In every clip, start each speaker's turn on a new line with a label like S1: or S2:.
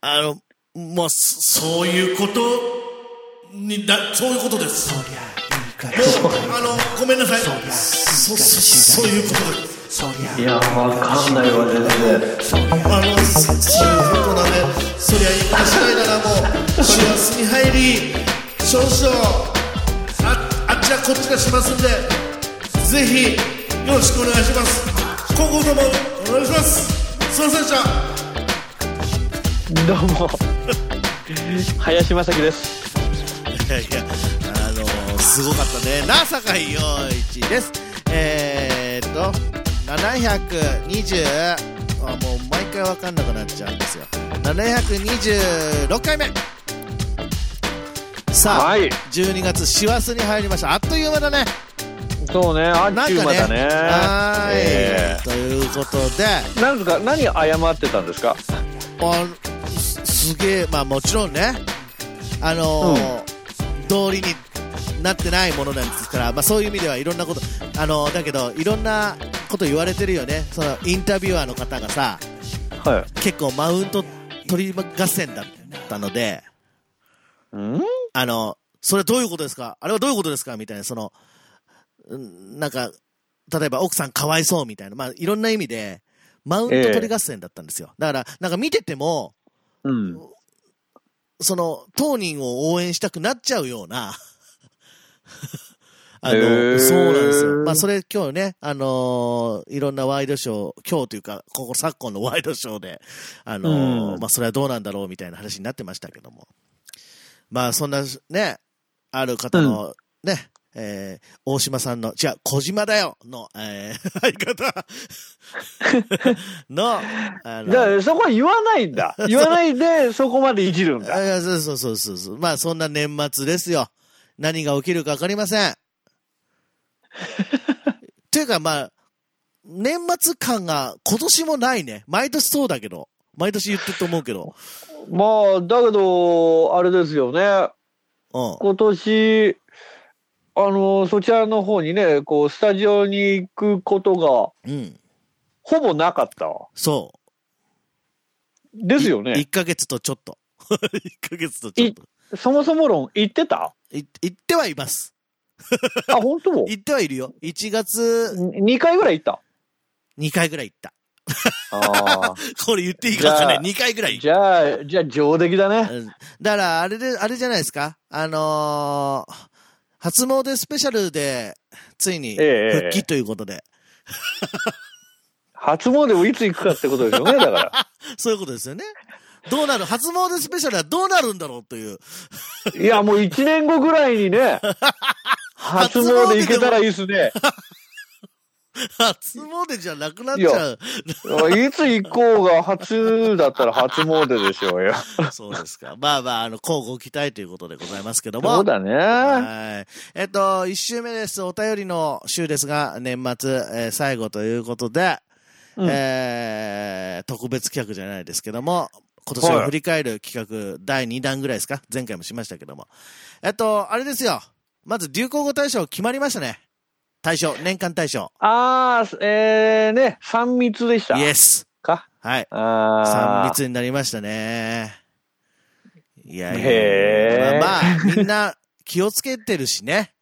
S1: あの、まあ、そそういうことにだ、そういうことです。もう、あの、ごめんなさい。そ、そ、そういうことです。
S2: いや、わかんないわ、全然。
S1: あの、そそういうことだね。そりゃ、一家次第だな、もう。週休み入り、少々、あ、あっちらこっちらしますんで、ぜひ、よろしくお願いします。今後とも、お願いします。すいませんでした。
S3: どうも林正樹です
S1: いやいや、あのー、すごかったね。なさかいよいちです。えー、っと、720、あ、もう毎回わかんなくなっちゃうんですよ。726回目さあ、
S3: はい
S1: 12月、師走に入りました。あっという間だね。
S3: そうねあっ
S1: なん
S3: ちゅう
S1: か
S3: ま
S1: ね。
S3: だね
S1: はーい、
S3: え
S1: ということで、
S3: ーなんですか何謝ってたんですか
S1: あすすげえ、まあもちろんね、あのー道理になってないものなんですから、まあ、そういう意味ではいろんなこと、あのーだけど、いろんなこと言われてるよね、そのインタビュアーの方がさ、
S3: はい
S1: 結構マウント取り合戦だったので、
S3: うん
S1: あのそれどういうことですか、あれはどういうことですかみたいな、そのうんなんか、例えば奥さんかわいそうみたいな、まあ、いろんな意味で、マウント取り合戦だったんですよ。だから、なんか見てても、
S3: うん
S1: その、当人を応援したくなっちゃうよう な、あの、
S3: へー
S1: そうなんですよ。まあ、それ今日ね、あのーいろんなワイドショー、今日というか、ここ昨今のワイドショーで、あのー
S3: うん
S1: まあ、それはどうなんだろうみたいな話になってましたけども。まあ、そんな、ね、ある方の、ね、えー大島さんの、違う、小島だよの、えー相 方の、あ
S3: じゃあそこは言わないん だ言わないでそこまでいじるん
S1: あ
S3: だ
S1: いやそうそうそうそうそう。まあそんな年末ですよ。何が起きるかわかりませ ん。というかまあ、年末感が今年もないね。毎年そうだけど。毎年言ってると思うけど。
S3: まあだけどあれですよね
S1: うん。
S3: 今年あのそちらの方にねこうスタジオに行くことが
S1: うん。
S3: ほぼなかったわ
S1: そ
S3: ですよ
S1: う。
S3: ね
S1: 1ヶ月とちょっと。1ヶ月とちょっと。
S3: そもそも論行って た
S1: い、言ってはいます。
S3: あ本当
S1: 言ってはいるよ。1月
S3: 2回ぐらい行った
S1: 2回ぐらい行った。
S3: ああ。
S1: これ言っていいかわかんな
S3: じゃあ
S1: い。2回ぐらい行った
S3: じゃあ、じゃあ、上出来だね。
S1: うんだから、あれで、あれじゃないですか。あのー初詣スペシャルで、ついに、
S3: ええ
S1: 復帰ということで、
S3: 初詣をいつ行くかってことですよね、だか
S1: そういうことですよね。どうなる初詣スペシャルはどうなるんだろうという。
S3: ら。いや、もう1年後ぐらいにね、初詣行けたらいいっすね。
S1: 初詣じゃなくなっちゃう。
S3: いつ行こうが、初だったら初詣でしょうよ。
S1: そうですか。まあまあ、あの、交互期待ということでござい ますけども。
S3: そうだね。
S1: はい。えっと、1週目です。お便りの週ですが、年末、えー最後ということで、
S3: うん
S1: えー特別企画じゃないですけども、今年を振り返る企画第2弾ぐらいですか前回もしましたけども。えっと、あれですよ。まず流行語大賞決まりましたね。大賞、年間大賞。
S3: あー、えー、ね、3密でした
S1: イ。エス。
S3: か。
S1: はい。3
S3: あー。
S1: 密になりましたね。いやいや
S3: へー
S1: まあ、まあ、みんな気をつけてるしね。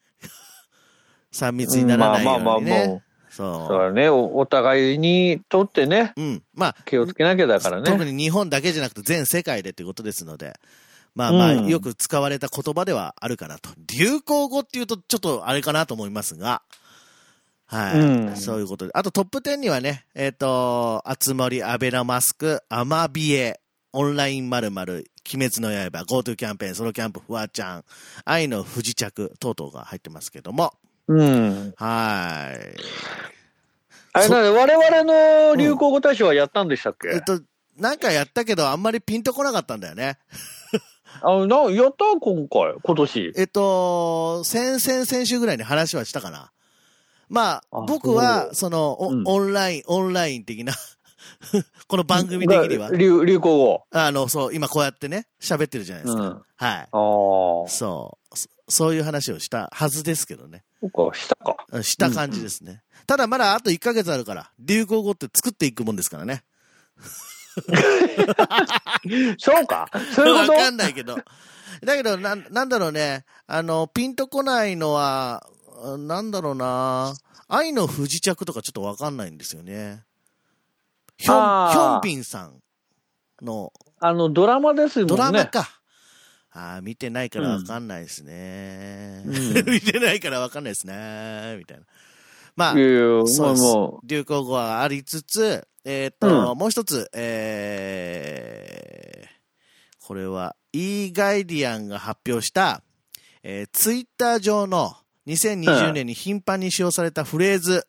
S1: 3密にならないよ
S3: まあまあ
S1: う
S3: まあ
S1: に
S3: ま
S1: ね
S3: あ。そう
S1: そ
S3: だねお、お互いにとってね、
S1: う。うん。まあ、
S3: 気をつけなきゃだから
S1: 特
S3: ね。
S1: に日本だけじゃなくて全世界でということですので、まあまあ、
S3: うん
S1: よく使われた言葉ではあるかなと。流行語っていうとちょっとあれかなと思いますが、はい。
S3: うん
S1: そういうことで。あとトップ10にはね、えっ、と、あつ森、アベラマスク、アマビエ、オンラインまるまる鬼滅の刃、GoTo キャンペーン、ソロキャンプ、フワちゃん、愛の不時着、等々が入ってますけども、
S3: うん。
S1: はい。
S3: あれ
S1: そ
S3: なんで、我々の流行語大賞はやったんでしたっけ、
S1: えっと、なんかやったけど、あんまりピンとこなかったんだよね。
S3: あのなやった今回、今年。
S1: えっと、先々先週ぐらいに話はしたかな。まあ、
S3: あ
S1: 僕は
S3: そ、う
S1: その、お
S3: うん
S1: オンライン、オンライン的な、 この番組的には、
S3: 流流行語。
S1: あの、そう、今こうやってね、喋ってるじゃないですか。
S3: うん
S1: はい。
S3: ああ。そ
S1: そうそ。そういう話をしたはずですけどね。
S3: っか、したか。
S1: うんした感じですね。ただまだあと1ヶ月あるから、流行語って作っていくもんですからね。
S3: そうかそういう
S1: わ
S3: こと
S1: かんないけど。だけど、なん、なんだろうね。あの、ピンとこないのは、うんなんだろうな。愛の不時着とかちょっとわかんないんですよね。ヒョン、
S3: あー
S1: ヒョンピンさんの
S3: あの、ドラマですもんね。
S1: ドラマか。ああ、見てないからわかんないですね。
S3: うん
S1: 見てないからわかんないですね。みたいな。まあ
S3: い、やいや、もう
S1: そうです
S3: も
S1: 流行語はありつつ、えーっと、
S3: う
S1: もう一つ、えー、これは、E ガイディアンが発表した、えー、ツイッター上の2020年に頻繁に使用されたフレーズ、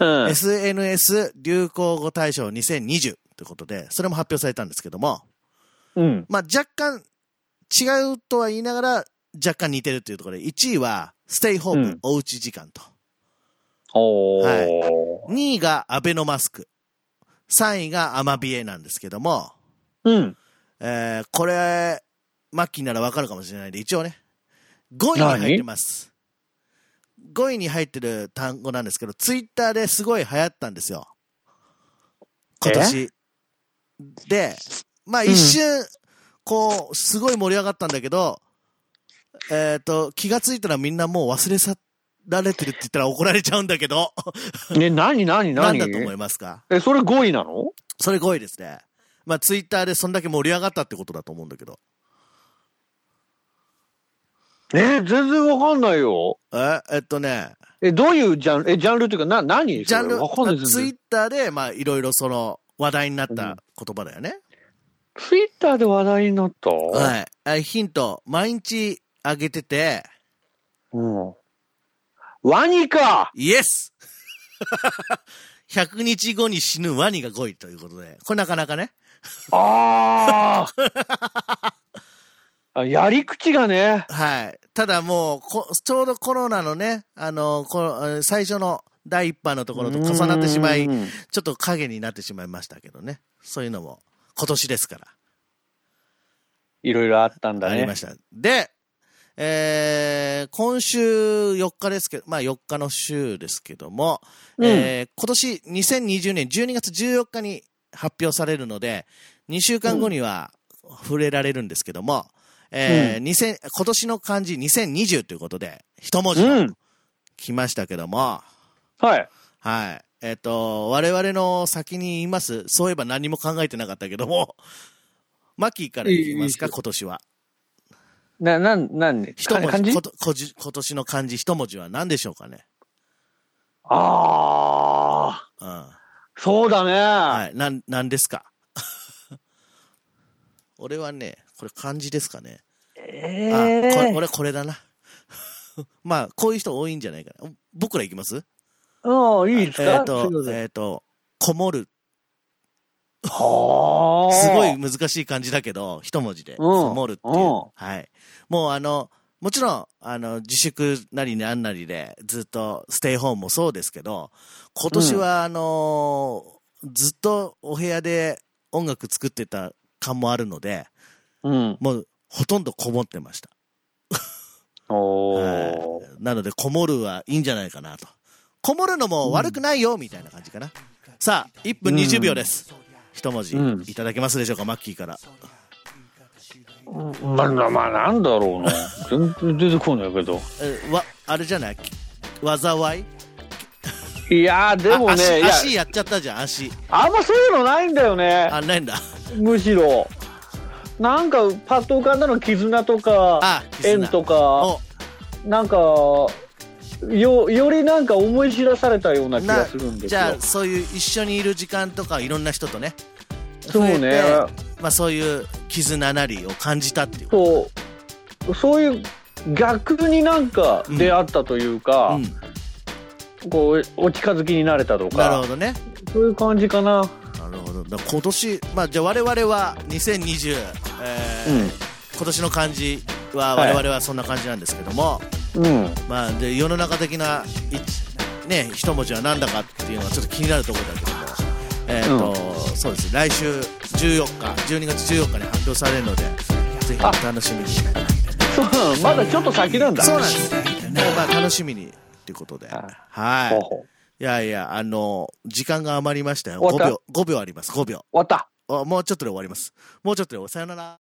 S3: う、うん。
S1: SNS 流行語大賞2020ということで、それも発表されたんですけども、
S3: うん。
S1: まあ若干違うとは言いながら、若干似てるというところで、1位は、ステイホーム、
S3: うん
S1: おうち時間と。
S3: おー。
S1: 2位がアベノマスク。3位がアマビエなんですけども、
S3: うん。
S1: えー、これ、マッキーならわかるかもしれないんで、一応ね、5位に入ってます。5位に入ってる単語なんですけど、ツイッターですごい流行ったんですよ。今年。で、まあ一瞬、こう、すごい盛り上がったんだけど、えっ、と、気がついたらみんなもう忘れ去られてるって言ったら怒られちゃうんだけど、
S3: ね、なになにな
S1: 何
S3: に
S1: だと思いますか
S3: え、それ5位なの
S1: それ5位ですね。まあ、ツイッターでそんだけ盛り上がったってことだと思うんだけど。
S3: え、全然わかんないよ。
S1: え、えっとね、
S3: え、どういうジャンル、え、ジャンルっていうか、な、何
S1: ジャンル、
S3: それわかんない
S1: ツイッ
S3: 全然
S1: ターで、まあ、いろいろその、話題になった言葉だよね。
S3: ツイッターで話題になった、
S1: はい。あヒント、毎日あげてて、
S3: うん。ワニか
S1: イエス 100日後に死ぬワニが5位ということで、これなかなかね。
S3: あー あやり口がね。
S1: はい。ただもうこ、ちょうどコロナのね、あの、この最初の第1波のところと重なってしまい、
S3: うん
S1: ちょっと影になってしまいましたけどね。そういうのも今年ですから。
S3: いろいろあったんだ
S1: ありま
S3: ね。
S1: した。で、えー、今週4日ですけど、まあ4日の週ですけども、
S3: うん
S1: えー今年2020年12月14日に発表されるので、2週間後には触れられるんですけども、えー2000今年の漢字2020ということで、一文字
S3: う
S1: と
S3: ん
S1: 来ましたけども、
S3: はい。
S1: はい。えっ、と、我々の先に言います。そういえば何も考えてなかったけども、 マキーから言いますか、
S3: いいいい
S1: 今年は。
S3: な、なん、なんね。
S1: 一文
S3: 漢
S1: 字
S3: 字
S1: ことこじ今年の漢字一文字は何でしょうかね。
S3: ああ、
S1: うん。
S3: そうだね。
S1: はい。なん、なんですか 俺はね、これ漢字ですかね。
S3: え
S1: あこれ、
S3: え
S1: 俺これだな。 まあ、こういう人多いんじゃないかな。僕ら行きます
S3: うん、いいですか
S1: えっ、
S3: すいま
S1: と、
S3: せん
S1: えっ、と、こもる。
S3: はあ。
S1: すごい。難しい漢字だけど、一文字で、こもるっていう。
S3: うん
S1: はい。もうあの、もちろん、あの、自粛なりなんなりで、ずっとステイホームもそうですけど、今年はあのーずっとお部屋で音楽作ってた感もあるので、
S3: うん。
S1: もうほとんどこもってました。
S3: お
S1: は
S3: ー。
S1: いなので、こもるはいいんじゃないかなと。こもるのも悪くないよ、みたいな感じかな。さあ、1分20秒です。一文字
S3: うん
S1: いただけますでしょうか、マッキーから。
S3: まあ、まあ、なんだろ うな。全然出てこないけど。
S1: えわあれじゃないき災い
S3: いやー、で
S1: あ
S3: もね、いや、
S1: 足足やっちゃったじゃん足
S3: あんまそういうのないんだよね。
S1: あないんだ
S3: むしろ。なんか、パッと浮かんだの、絆とか、
S1: あ絆
S3: 縁とか、
S1: お
S3: なんか、よ、よりなんか思い知らされたような気が
S1: な
S3: するんです
S1: じ
S3: よ。
S1: ゃあそういう一緒にいる時間とかいろんな人とね
S3: そうね
S1: 増えてまあ、そういう絆なりを感じたっていう
S3: そう、そういう、逆になんか出会ったというか
S1: う、ん、
S3: こう、お近づきになれたと
S1: なるほ
S3: か、
S1: どね
S3: そういう感じかな。
S1: なるほどだから今年まあじゃあ我々は2020、えー今年の感じは
S3: はい
S1: 我々はそんな感じなんですけども、
S3: うん。うん。
S1: まあ、で世の中的な一,、ね、一文字は何だかっていうのはちょっと気になるところだけども、えーとそうです来週14日12月14日に発表されるのでぜひお楽しみにそうなんで
S3: そうなのまだちょっと先なんだ。
S1: す、ねまあ、楽しみにっていうことで
S3: はい
S1: は
S3: ほう
S1: い
S3: ほう
S1: いやいやあの時間が余りましたよ
S3: 終わった
S1: 5秒5秒あります5秒
S3: 終わった。
S1: あもうちょっとで終わります。もうちょっとで終わりさよなら。